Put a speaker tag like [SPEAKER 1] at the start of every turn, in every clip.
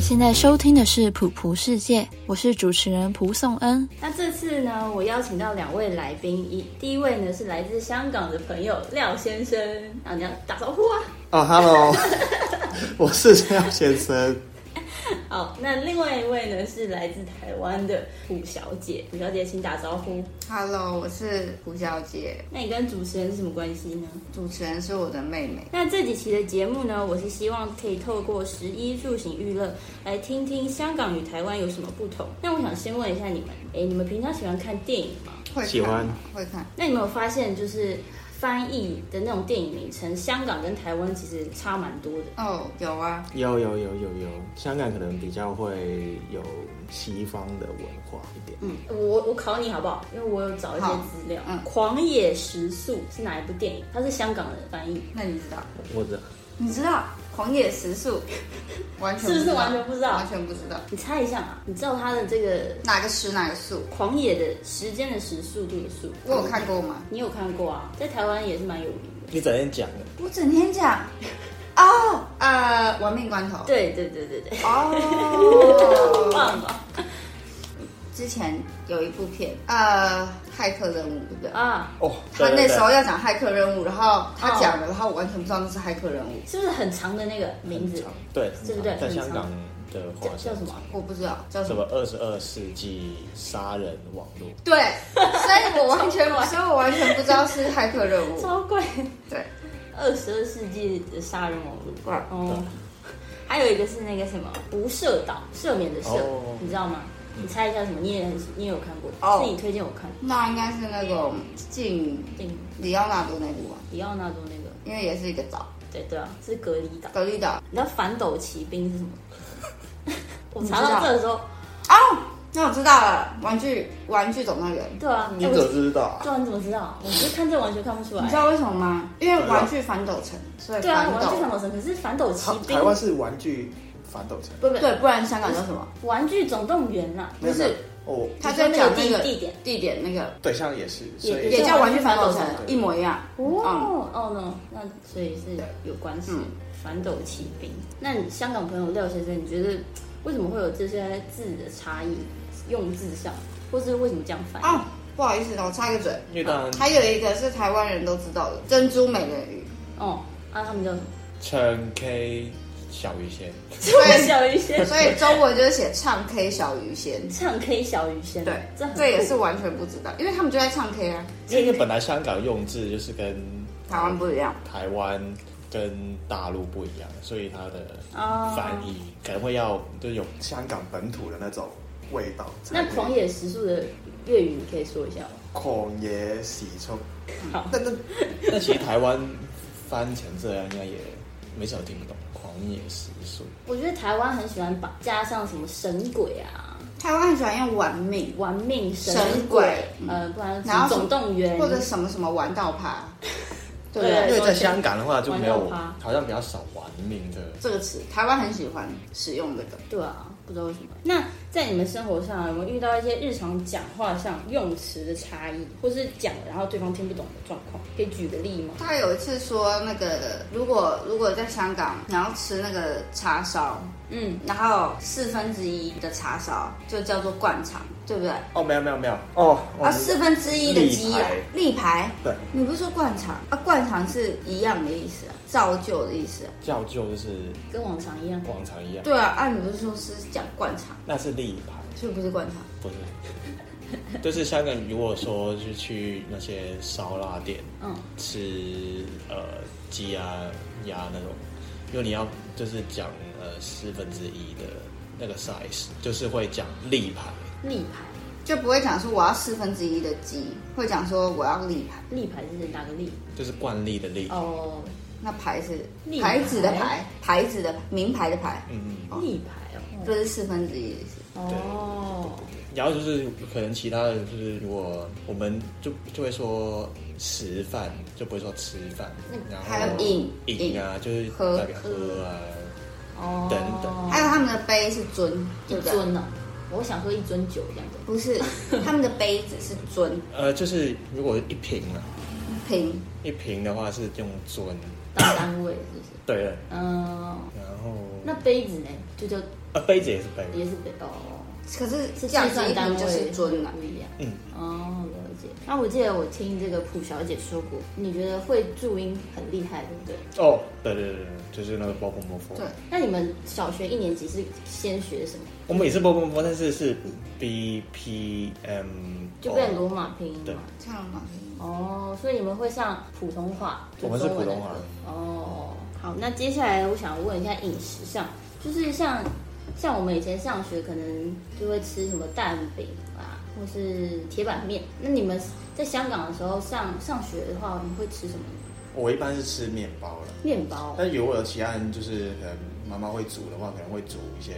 [SPEAKER 1] 现在收听的是《普普世界》，我是主持人蒲颂恩。
[SPEAKER 2] 那这次呢，我邀请到两位来宾，一第一位呢是来自香港的朋友廖先生，然后你要打招呼啊。
[SPEAKER 3] 啊、哈 h e l l o 我是廖先生。
[SPEAKER 2] 好，那另外一位呢是来自台湾的朴小姐，朴小姐请打招呼。
[SPEAKER 4] Hello，我是胡小姐，
[SPEAKER 2] 那你跟主持人是什么关系呢？
[SPEAKER 4] 主持人是我的妹妹。
[SPEAKER 2] 那这几期的节目呢，我是希望可以透过十一住行娱乐来听听香港与台湾有什么不同。那我想先问一下你们，哎，你们平常喜欢看电影吗？
[SPEAKER 4] 会看
[SPEAKER 3] 喜欢
[SPEAKER 4] 会看，
[SPEAKER 2] 那你们有发现就是翻译的那种电影名称，香港跟台湾其实差蛮多的。
[SPEAKER 4] 哦、有啊，
[SPEAKER 3] 有有有有有，香港可能比较会有西方的文化一点。
[SPEAKER 2] 嗯，我我考你好不好？因为我有找一些
[SPEAKER 4] 好
[SPEAKER 2] 资料，
[SPEAKER 4] 嗯
[SPEAKER 2] 狂野时速》是哪一部电影？它是香港的翻译，
[SPEAKER 4] 那你知道？
[SPEAKER 3] 我的
[SPEAKER 4] 你知道《狂野时速》完全
[SPEAKER 2] 是不
[SPEAKER 4] 知
[SPEAKER 2] 是
[SPEAKER 4] 道
[SPEAKER 2] 完全不知道
[SPEAKER 4] 完全不知道
[SPEAKER 2] 你猜一下嘛？你知道它的这个
[SPEAKER 4] 哪个时哪个速？
[SPEAKER 2] 狂野的时间的时，速度的速，
[SPEAKER 4] 我有看过吗？
[SPEAKER 2] 你有看过啊？在台湾也是蛮有名的。
[SPEAKER 3] 你整天讲的，
[SPEAKER 4] 我整天讲哦，呃，亡命关头
[SPEAKER 2] 对对对对对， 好
[SPEAKER 4] 哦。
[SPEAKER 2] 棒吧？
[SPEAKER 4] 之前有一部片，呃，骇客任务，对不对？
[SPEAKER 2] 啊，哦
[SPEAKER 5] 哦，
[SPEAKER 4] 他
[SPEAKER 5] 对
[SPEAKER 4] 那
[SPEAKER 5] 对
[SPEAKER 4] 时候要讲骇客任务，然后他讲了，然后我完全不知道那是骇客任务，
[SPEAKER 2] 是不是很长的那个名字？
[SPEAKER 5] 对
[SPEAKER 2] 对不对
[SPEAKER 5] 在香港的
[SPEAKER 2] 叫
[SPEAKER 5] 话
[SPEAKER 2] 叫什么？
[SPEAKER 4] 我不知道叫什
[SPEAKER 5] 什
[SPEAKER 4] 么
[SPEAKER 5] 么。二十二世纪杀人网络，
[SPEAKER 4] 对，所以我完全
[SPEAKER 2] 超怪，
[SPEAKER 4] 所以我完全不知道是骇客任 务。
[SPEAKER 2] 超贵。
[SPEAKER 4] 对，
[SPEAKER 2] 二十二世纪的杀人网络。
[SPEAKER 4] 怪
[SPEAKER 2] 哦， 还有一个是那个什么不赦岛，赦免的赦，
[SPEAKER 5] 哦
[SPEAKER 2] 你知道吗？你猜一下什么？你也很你也有看过，
[SPEAKER 4] 哦
[SPEAKER 2] 是你推荐我看的。
[SPEAKER 4] 那应该是那个进
[SPEAKER 2] 对，
[SPEAKER 4] 里奥纳多那部吧，
[SPEAKER 2] 里奥纳多那个，
[SPEAKER 4] 因为也是一个岛，
[SPEAKER 2] 对对啊，是隔离岛。
[SPEAKER 4] 格力岛。
[SPEAKER 2] 你知道反斗骑兵是什么？ 我
[SPEAKER 4] 你
[SPEAKER 2] 查
[SPEAKER 4] 知
[SPEAKER 2] 到
[SPEAKER 4] 道
[SPEAKER 2] 这的时候，
[SPEAKER 4] 哦，那我知道了，玩具玩具总动员。
[SPEAKER 2] 对啊，
[SPEAKER 3] 你
[SPEAKER 2] 哎
[SPEAKER 3] 怎
[SPEAKER 2] 我
[SPEAKER 3] 么知道啊？
[SPEAKER 2] 对啊，你怎么知道？我就看这完全看不出
[SPEAKER 4] 你知
[SPEAKER 2] 来。
[SPEAKER 4] 道为什么吗？因为玩具反斗城，所以
[SPEAKER 2] 对啊，
[SPEAKER 4] 反
[SPEAKER 2] 玩具反
[SPEAKER 4] 斗。
[SPEAKER 2] 斗城，可是反斗骑
[SPEAKER 5] 台
[SPEAKER 2] 兵
[SPEAKER 5] 台，湾是玩具反斗城，
[SPEAKER 2] 不不，
[SPEAKER 4] 对，不然香港叫什么？
[SPEAKER 2] 玩具总动员啊呐，
[SPEAKER 5] 没有
[SPEAKER 4] 不是
[SPEAKER 5] 没有哦，
[SPEAKER 4] 他在讲那个
[SPEAKER 2] 地地点
[SPEAKER 4] 地点那个
[SPEAKER 5] 对象也是，所
[SPEAKER 2] 也
[SPEAKER 5] 以
[SPEAKER 4] 也叫玩具反斗城
[SPEAKER 2] 玩具反斗，
[SPEAKER 4] 一模一样。
[SPEAKER 2] 哦哦呢，那所以是有关系
[SPEAKER 4] 嗯。
[SPEAKER 2] 反斗骑兵，那你香港朋友廖先生，你觉得为什么会有这些字的差异？用字上，或是为什么这样翻译？
[SPEAKER 4] 哦，不好意思，我插个嘴，
[SPEAKER 5] 因为当然
[SPEAKER 4] 还有一个是台湾人都知道的珍珠美人鱼。
[SPEAKER 2] 哦，啊，他们叫什么？
[SPEAKER 5] 称 K 小于先，
[SPEAKER 2] 我小鱼仙，
[SPEAKER 4] 所以中文就是写唱 K 小鱼仙。
[SPEAKER 2] 唱 K 小鱼仙，
[SPEAKER 4] 对，
[SPEAKER 2] 这很酷
[SPEAKER 4] 这也是完全不知道，因为他们就在唱 K 啊，
[SPEAKER 5] 因为因为本来香港用字就是跟
[SPEAKER 4] 台湾不一样。
[SPEAKER 5] 台湾跟大陆不一样，所以它的
[SPEAKER 2] 哦
[SPEAKER 5] 翻译可能会要就是有
[SPEAKER 3] 香港本土的那种味道。
[SPEAKER 2] 那狂野时速的粤语你可以说一下吗？
[SPEAKER 3] 狂野时速，
[SPEAKER 2] 好
[SPEAKER 3] 那那
[SPEAKER 5] 那其实台湾翻成这样，应该也没什么听不懂。狂野时速，
[SPEAKER 2] 我觉得台湾很喜欢把加上什么神鬼啊、
[SPEAKER 4] 台湾很喜欢用玩命，
[SPEAKER 2] 玩命神
[SPEAKER 4] 神
[SPEAKER 2] 鬼，
[SPEAKER 4] 鬼嗯
[SPEAKER 2] 呃，不然
[SPEAKER 4] 然后
[SPEAKER 2] 总动员
[SPEAKER 4] 或者什么什么玩到趴， 对不
[SPEAKER 2] 对
[SPEAKER 4] 对？
[SPEAKER 5] 因为在香港的话就没
[SPEAKER 2] 玩
[SPEAKER 5] 有
[SPEAKER 2] 到趴，
[SPEAKER 5] 好像比较少玩命的。
[SPEAKER 4] 这个词台湾很喜欢使用这个。
[SPEAKER 2] 对啊，不知道为什么。那在你们生活上有没有遇到一些日常讲话上用词的差异，或是讲了然后对方听不懂的状况？可以举个例吗？
[SPEAKER 4] 他有一次说那个，如果如果在香港你要吃那个叉烧，
[SPEAKER 2] 嗯，
[SPEAKER 4] 然后四分之一的叉烧就叫做灌肠，对不对？
[SPEAKER 5] 哦，没有没有没有，
[SPEAKER 3] 哦，我
[SPEAKER 4] 啊，四分之一的鸡啊，立牌，
[SPEAKER 3] 对，
[SPEAKER 4] 你不是说灌肠啊？灌肠是一样的意思啊，造就的意思啊。
[SPEAKER 5] 叫旧就是
[SPEAKER 2] 跟往常一样。
[SPEAKER 5] 广场一样，
[SPEAKER 4] 对啊，啊，你不是说是讲灌肠，
[SPEAKER 5] 那是立牌，
[SPEAKER 4] 所以不是灌肠？
[SPEAKER 5] 不是。就是香港，如果说就去那些烧腊店
[SPEAKER 2] 嗯，
[SPEAKER 5] 吃呃鸡啊鸭那种，因为你要就是讲呃四分之一的那个 size，就是会讲立牌。
[SPEAKER 2] 立牌，
[SPEAKER 4] 就不会讲说我要四分之一的鸡，会讲说我要立牌，
[SPEAKER 2] 立牌是哪个立？
[SPEAKER 5] 就是惯例的例。
[SPEAKER 2] 哦，
[SPEAKER 4] 那牌是
[SPEAKER 2] 立牌
[SPEAKER 4] 牌子的牌，牌子的名牌的牌，
[SPEAKER 5] 嗯，嗯，
[SPEAKER 2] 立牌哦。
[SPEAKER 4] 这是四分之一的意思。
[SPEAKER 2] 哦，
[SPEAKER 5] 然后就是可能其他的就是，如果我们就就会说吃饭，就不会说吃饭，然后
[SPEAKER 4] 还有饮
[SPEAKER 5] 饮啊，就是
[SPEAKER 4] 喝
[SPEAKER 5] 代表喝啊，
[SPEAKER 2] 哦，
[SPEAKER 5] 等等
[SPEAKER 4] 还有他们的杯是樽，
[SPEAKER 2] 一
[SPEAKER 4] 对不对？
[SPEAKER 2] 尊呢、哦我想说一尊酒这样子。
[SPEAKER 4] 不是，他们的杯子是樽
[SPEAKER 5] 呃，就是如果一瓶啊，
[SPEAKER 4] 瓶，
[SPEAKER 5] 一瓶的话是用樽，
[SPEAKER 2] 当单位是不是？
[SPEAKER 5] 对的，
[SPEAKER 2] 嗯、
[SPEAKER 5] 然后
[SPEAKER 2] 那杯子呢？就叫
[SPEAKER 5] 啊，杯子也是杯，
[SPEAKER 2] 也是北哦，
[SPEAKER 4] 可是
[SPEAKER 2] 是计
[SPEAKER 4] 价值
[SPEAKER 2] 算
[SPEAKER 4] 一
[SPEAKER 2] 单
[SPEAKER 4] 瓶
[SPEAKER 2] 位
[SPEAKER 4] 就是尊啊了。
[SPEAKER 2] 不一样。
[SPEAKER 5] 嗯，
[SPEAKER 2] 哦，了解。那我记得我听这个朴小姐说过，你觉得会注音很厉害，对不对？
[SPEAKER 5] 哦，对对对对，就是那个波波波波，
[SPEAKER 4] 对，
[SPEAKER 2] 那你们小学一年级是先学什么？
[SPEAKER 5] 我们也是波波波，但是是 B P M，
[SPEAKER 2] 就变罗马拼音
[SPEAKER 5] 哦对
[SPEAKER 2] 嘛。
[SPEAKER 4] 这样吗？
[SPEAKER 2] 哦，所以你们会上普通话，就
[SPEAKER 5] 我们是
[SPEAKER 2] 中文的
[SPEAKER 5] 普通话
[SPEAKER 2] 课哦，好，那接下来我想问一下饮食上，就是像像我们以前上学可能就会吃什么蛋饼啊，或是铁板面。那你们在香港的时候上上学的话，你会吃什么？
[SPEAKER 5] 我一般是吃面包了。
[SPEAKER 2] 面包？啊
[SPEAKER 5] 但如果有其他人就是可能妈妈会煮的话，可能会煮一些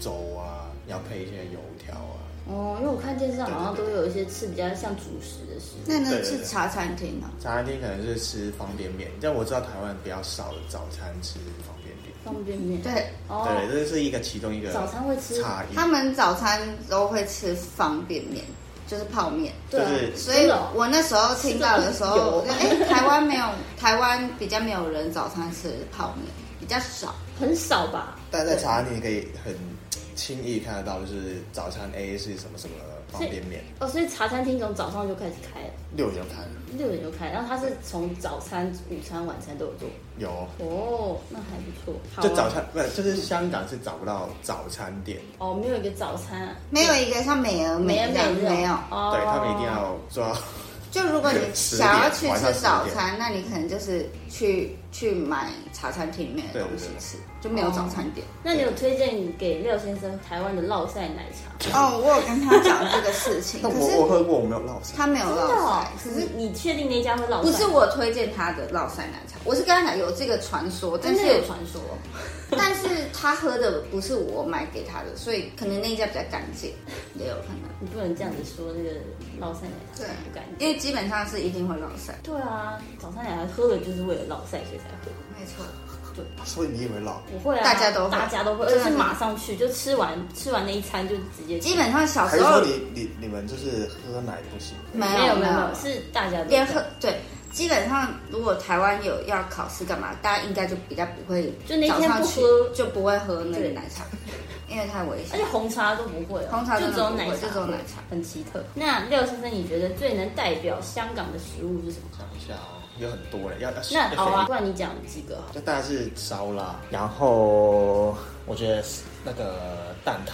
[SPEAKER 5] 粥啊，要配一些油条啊。
[SPEAKER 2] 哦，因为我看电视上好像都有一些吃比较像主食的食物。
[SPEAKER 4] 那
[SPEAKER 5] 对
[SPEAKER 4] 那
[SPEAKER 5] 对
[SPEAKER 4] 是
[SPEAKER 5] 对
[SPEAKER 4] 茶餐厅啊，
[SPEAKER 5] 早餐厅可能是吃方便面，但我知道台湾比较少早餐吃方便面。
[SPEAKER 2] 方便面。
[SPEAKER 4] 对
[SPEAKER 2] 哦，
[SPEAKER 5] 对，这是一个其中一个
[SPEAKER 2] 早餐会吃
[SPEAKER 5] 差异。
[SPEAKER 4] 他们早餐都会吃方便面，就是泡面。
[SPEAKER 2] 对啊
[SPEAKER 5] 就是
[SPEAKER 4] 所以
[SPEAKER 2] 真的哦
[SPEAKER 4] 我那时候听到的时
[SPEAKER 2] 是
[SPEAKER 4] 候，
[SPEAKER 2] 有
[SPEAKER 4] 我就 哎、台湾没有，台湾比较没有人早餐吃泡面，比较少。
[SPEAKER 2] 很少吧？
[SPEAKER 5] 但在茶餐厅可以很轻易看得到，就是早餐 A 是什么什么方便面，
[SPEAKER 2] 哦，所以茶餐厅从早上就开始开了。
[SPEAKER 5] 六点开
[SPEAKER 2] 六点就开，然后他是从早餐、午餐、晚餐都有做。
[SPEAKER 5] 有。
[SPEAKER 2] 哦，那还不错。好啊
[SPEAKER 5] 就早餐不是就是香港是找不到早餐店，
[SPEAKER 2] 哦，没有一个早餐，
[SPEAKER 4] 没有一个像美而美
[SPEAKER 2] 有
[SPEAKER 4] 这样，嗯没有。
[SPEAKER 2] 哦、
[SPEAKER 5] 对他们一定要做到
[SPEAKER 4] 就如果你
[SPEAKER 5] 10
[SPEAKER 4] 想要
[SPEAKER 5] 点
[SPEAKER 4] 去
[SPEAKER 5] 晚上
[SPEAKER 4] 吃
[SPEAKER 5] 10
[SPEAKER 4] 早
[SPEAKER 5] 点
[SPEAKER 4] 餐，那你可能就是去去买茶餐厅里面的
[SPEAKER 5] 对
[SPEAKER 4] 东
[SPEAKER 5] 对
[SPEAKER 4] 西
[SPEAKER 5] 对
[SPEAKER 4] 吃，就没有早餐店。
[SPEAKER 2] 那你有推荐给廖先生台湾的烙晒奶茶？
[SPEAKER 4] 哦，我有跟他讲这个 事情，可
[SPEAKER 5] 但我我
[SPEAKER 4] 是
[SPEAKER 5] 喝过，我没有落下。
[SPEAKER 4] 他没有
[SPEAKER 2] 真的
[SPEAKER 4] 烙
[SPEAKER 2] 哦
[SPEAKER 4] 塞，，可
[SPEAKER 2] 可
[SPEAKER 4] 是
[SPEAKER 2] 是你确定那家会烙
[SPEAKER 4] 不
[SPEAKER 2] 晒？
[SPEAKER 4] 是我推荐他的烙塞奶茶，我是跟他讲有这个传说，但
[SPEAKER 2] 真
[SPEAKER 4] 是
[SPEAKER 2] 的有传说。
[SPEAKER 4] 但是他喝的不是我买给他的，所以可能那一家比较干净，也有可能。
[SPEAKER 2] 你不能这样子说那个烙晒奶茶
[SPEAKER 4] 对
[SPEAKER 2] 不干净。
[SPEAKER 4] 因为基本上是一定会落塞，
[SPEAKER 2] 对啊，早餐奶茶喝了就是为了烙晒，所以才喝。
[SPEAKER 4] 没错。
[SPEAKER 5] 所以你以为老
[SPEAKER 2] 我会啊，
[SPEAKER 4] 大家都会
[SPEAKER 2] 大家都会，而
[SPEAKER 4] 真的
[SPEAKER 2] 且是马上去就吃完，吃完那一餐就直接去
[SPEAKER 4] 基本上小
[SPEAKER 5] 还
[SPEAKER 4] 时
[SPEAKER 5] 是
[SPEAKER 4] 候
[SPEAKER 5] 说你你你们就是喝奶不行？
[SPEAKER 4] 没
[SPEAKER 2] 没
[SPEAKER 4] 有
[SPEAKER 2] 没
[SPEAKER 4] 有
[SPEAKER 2] 有，是大家都
[SPEAKER 4] 连
[SPEAKER 2] 这
[SPEAKER 4] 喝
[SPEAKER 2] 样
[SPEAKER 4] 对，基本上如果台湾有要考试干嘛，大家应该就比较不会
[SPEAKER 2] 就那
[SPEAKER 4] 早
[SPEAKER 2] 天
[SPEAKER 4] 上
[SPEAKER 2] 不
[SPEAKER 4] 去
[SPEAKER 2] 喝
[SPEAKER 4] 就不会喝那个
[SPEAKER 2] 对
[SPEAKER 4] 奶茶，因为太危
[SPEAKER 2] 而
[SPEAKER 4] 险
[SPEAKER 2] 且。红茶都不会、哦，
[SPEAKER 4] 红茶
[SPEAKER 2] 就
[SPEAKER 4] 真的
[SPEAKER 2] 只有
[SPEAKER 4] 不会
[SPEAKER 2] 奶茶，
[SPEAKER 4] 就只有奶茶，
[SPEAKER 2] 很奇特。那廖先生，你觉得最能代表香港的食物是什么？
[SPEAKER 5] 想一下哦，有很多嘞，要要
[SPEAKER 2] 那好啊，
[SPEAKER 5] 要选
[SPEAKER 2] 不然你讲几个好
[SPEAKER 5] 一个，就大概是烧腊，然后我觉得是那个蛋挞，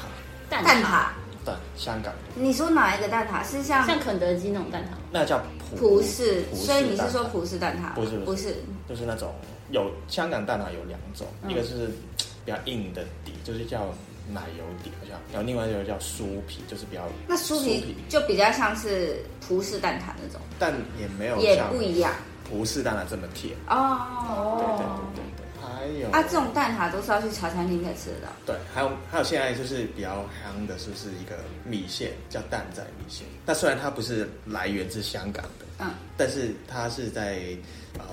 [SPEAKER 2] 蛋
[SPEAKER 4] 蛋
[SPEAKER 2] 挞，
[SPEAKER 4] 挞，
[SPEAKER 5] 蛋香港
[SPEAKER 4] 你说哪一个蛋挞是像
[SPEAKER 2] 像肯德基那种蛋挞吗，
[SPEAKER 5] 那叫葡
[SPEAKER 4] 葡式？
[SPEAKER 5] 葡
[SPEAKER 4] 所以你
[SPEAKER 5] 蛋
[SPEAKER 4] 是
[SPEAKER 5] 挞
[SPEAKER 4] 说葡式蛋挞？
[SPEAKER 5] 不是
[SPEAKER 4] 不
[SPEAKER 5] 不
[SPEAKER 4] 是，
[SPEAKER 5] 就是那种有香港蛋挞有两种，
[SPEAKER 2] 嗯
[SPEAKER 5] 一个就是比较硬的底，就是叫奶油底好像，然后另外一个叫酥皮，就是比较
[SPEAKER 4] 那酥皮就比较像是葡式蛋挞那种，
[SPEAKER 5] 但也没有
[SPEAKER 4] 也
[SPEAKER 5] 像
[SPEAKER 4] 不一样
[SPEAKER 5] 葡式蛋挞这么甜。
[SPEAKER 4] 哦。
[SPEAKER 5] 对对对对对，还有
[SPEAKER 4] 啊，这种蛋挞都是要去茶餐厅才吃得到。
[SPEAKER 5] 对，还有还有现在就是比较夯的，就是一个米线叫蛋仔米线。那虽然它不是来源自香港的，
[SPEAKER 4] 嗯，
[SPEAKER 5] 但是它是在呃，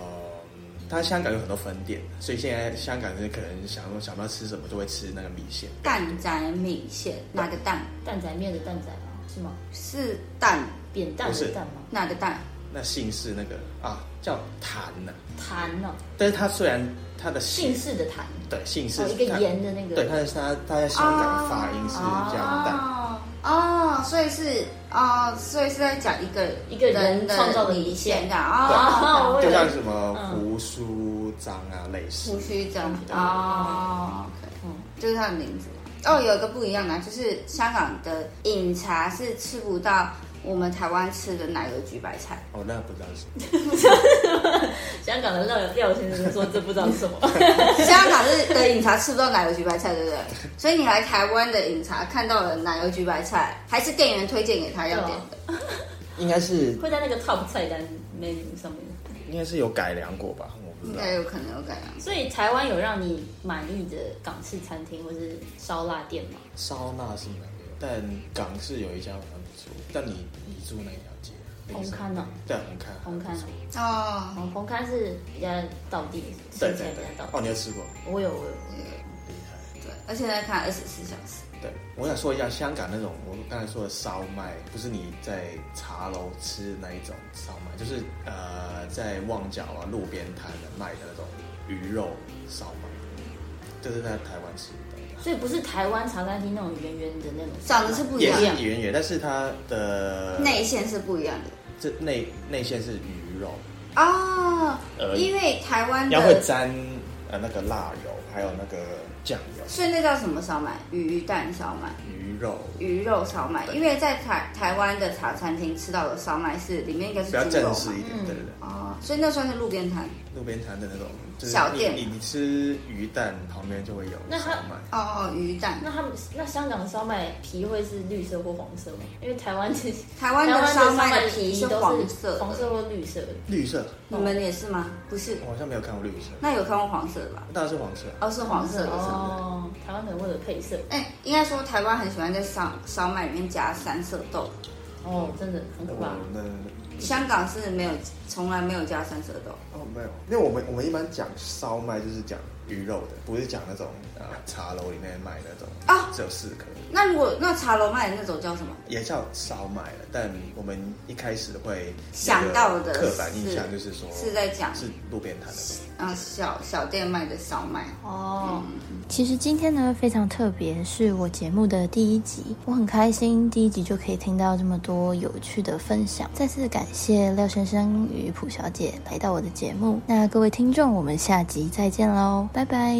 [SPEAKER 5] 它香港有很多分店，所以现在香港人可能想说想不到吃什么就会吃那个米线。
[SPEAKER 4] 蛋仔米线哪个蛋？
[SPEAKER 2] 蛋仔面的蛋仔吗？是吗？
[SPEAKER 4] 是蛋
[SPEAKER 2] 扁担
[SPEAKER 5] 不是
[SPEAKER 2] 的蛋吗？
[SPEAKER 4] 哪个蛋？
[SPEAKER 5] 那姓氏那个啊叫谭呐、
[SPEAKER 2] 坛哦，
[SPEAKER 5] 但是它虽然它的
[SPEAKER 2] 姓氏的坛，
[SPEAKER 5] 对姓氏
[SPEAKER 2] 哦，一个
[SPEAKER 5] 它
[SPEAKER 2] 盐的那个，
[SPEAKER 5] 对，但是它它在香港的发音是这样蛋。
[SPEAKER 4] 哦哦，所以是哦，所以是在讲一个
[SPEAKER 2] 一个人
[SPEAKER 4] 的
[SPEAKER 2] 创造的
[SPEAKER 4] 米
[SPEAKER 2] 米
[SPEAKER 4] 线
[SPEAKER 2] 线
[SPEAKER 4] 这样
[SPEAKER 2] 哦
[SPEAKER 4] 哦，
[SPEAKER 2] 我以
[SPEAKER 5] 就
[SPEAKER 2] 为
[SPEAKER 5] 像什么
[SPEAKER 2] 嗯
[SPEAKER 5] 胡须章啊，类似
[SPEAKER 4] 胡须章
[SPEAKER 2] 嗯，
[SPEAKER 4] 哦，OK，就是它的名字。哦，有一个不一样的，就是香港的饮茶是吃不到我们台湾吃的奶油焗白菜，
[SPEAKER 5] 哦，那不知道是什么
[SPEAKER 2] 香港的廖廖先生说这不知道是什 么，
[SPEAKER 4] 香港是的饮茶吃不到奶油焗白菜，对不对？所以你来台湾的饮茶看到了奶油焗白菜，还是店员推荐给他要点的。
[SPEAKER 5] 应该是
[SPEAKER 2] 会在那个 top 菜单 menu 上面。
[SPEAKER 5] 应该是有改良过吧，我不
[SPEAKER 4] 应
[SPEAKER 5] 知道
[SPEAKER 4] 该。有可能有改良。
[SPEAKER 2] 所以台湾有让你满意的港式餐厅或是烧腊店吗？
[SPEAKER 5] 烧腊是没有，但港式有一家好像不错。但你你住那条街，
[SPEAKER 2] 红磡哦
[SPEAKER 5] 对，红
[SPEAKER 2] 红
[SPEAKER 5] 磡，啊
[SPEAKER 2] 磡
[SPEAKER 5] 还不错
[SPEAKER 4] 哦，
[SPEAKER 2] 红红咖是比较道地，吃
[SPEAKER 5] 对
[SPEAKER 2] 起来
[SPEAKER 5] 对
[SPEAKER 2] 比
[SPEAKER 5] 对
[SPEAKER 2] 较，道
[SPEAKER 5] 哦，
[SPEAKER 2] 地。
[SPEAKER 5] 你有吃过？
[SPEAKER 2] 我有我有，我有
[SPEAKER 5] 厉害。
[SPEAKER 4] 对，而且在看二十四小时。
[SPEAKER 5] 对，我想说一下香港那种，我刚才说的烧麦，不是你在茶楼吃那一种烧麦，就是呃，在旺角啊路边摊的卖的那种鱼肉烧麦，就是在台湾吃的。
[SPEAKER 2] 所以不是台湾茶餐厅那种圆圆的那种，
[SPEAKER 4] 长得是不一
[SPEAKER 2] 也
[SPEAKER 4] 样
[SPEAKER 2] 是，
[SPEAKER 5] 是圆圆，但是它的
[SPEAKER 4] 内馅是不一样的
[SPEAKER 5] 这内内馅是鱼肉，
[SPEAKER 4] 哦
[SPEAKER 5] 呃，
[SPEAKER 4] 因为台湾
[SPEAKER 5] 要会
[SPEAKER 4] 的，
[SPEAKER 5] 沾呃那个辣油，还有那个酱油，
[SPEAKER 4] 所以那叫什么烧麦？鱼蛋烧麦。
[SPEAKER 5] 鱼肉。
[SPEAKER 4] 鱼肉烧麦，因为在台台湾的茶餐厅吃到的烧麦是里面应该是
[SPEAKER 5] 比较
[SPEAKER 4] 猪肉
[SPEAKER 5] 正式
[SPEAKER 4] 嘛
[SPEAKER 5] 一，
[SPEAKER 2] 嗯
[SPEAKER 5] 点，对对对，
[SPEAKER 4] 哦，所以那算是路边摊。
[SPEAKER 5] 路边摊的那种，就是
[SPEAKER 4] 小
[SPEAKER 5] 你
[SPEAKER 4] 店
[SPEAKER 5] 你你吃鱼蛋旁边就会有
[SPEAKER 2] 那它
[SPEAKER 5] 烧麦，
[SPEAKER 4] 哦哦，鱼蛋。
[SPEAKER 2] 那他们那香港的烧麦皮会是绿色或黄色吗？因为台湾的
[SPEAKER 4] 台
[SPEAKER 2] 台
[SPEAKER 4] 湾
[SPEAKER 2] 湾
[SPEAKER 4] 的烧麦
[SPEAKER 2] 麦
[SPEAKER 4] 的皮
[SPEAKER 2] 皮
[SPEAKER 4] 是
[SPEAKER 2] 都是
[SPEAKER 4] 黄色的，
[SPEAKER 2] 黄色或绿色的。
[SPEAKER 5] 绿色，
[SPEAKER 4] 你们也是吗？不是，
[SPEAKER 5] 我好像没有看过绿色，
[SPEAKER 4] 那有看过黄色的吧？
[SPEAKER 5] 当然是黄色。
[SPEAKER 4] 哦，是黄色的。是吗
[SPEAKER 2] 哦，台湾可能会有配色。
[SPEAKER 4] 哎、应该说台湾很喜欢在烧烧麦里面加三色豆，
[SPEAKER 2] 哦，真的很可怕。
[SPEAKER 5] 我们
[SPEAKER 4] 香港是没有，从来没有加三色豆。
[SPEAKER 5] 哦没有，因为我们我们一般讲烧麦就是讲鱼肉的，不是讲那种呃茶楼里面卖那种
[SPEAKER 4] 啊
[SPEAKER 5] 只有四颗，
[SPEAKER 4] 那如果那茶楼卖的那种叫什么？
[SPEAKER 5] 也叫烧麦了。但我们一开始会
[SPEAKER 4] 想到的
[SPEAKER 5] 刻板印象
[SPEAKER 4] 是
[SPEAKER 5] 就是说
[SPEAKER 4] 是在讲
[SPEAKER 5] 是路边摊的，
[SPEAKER 4] 啊小小店卖的烧麦。
[SPEAKER 2] 哦，
[SPEAKER 1] 其实今天呢非常特别，是我节目的第一集，我很开心，第一集就可以听到这么多有趣的分享。再次感谢廖先生与朴小姐来到我的节目。那各位听众，我们下集再见喽，拜拜。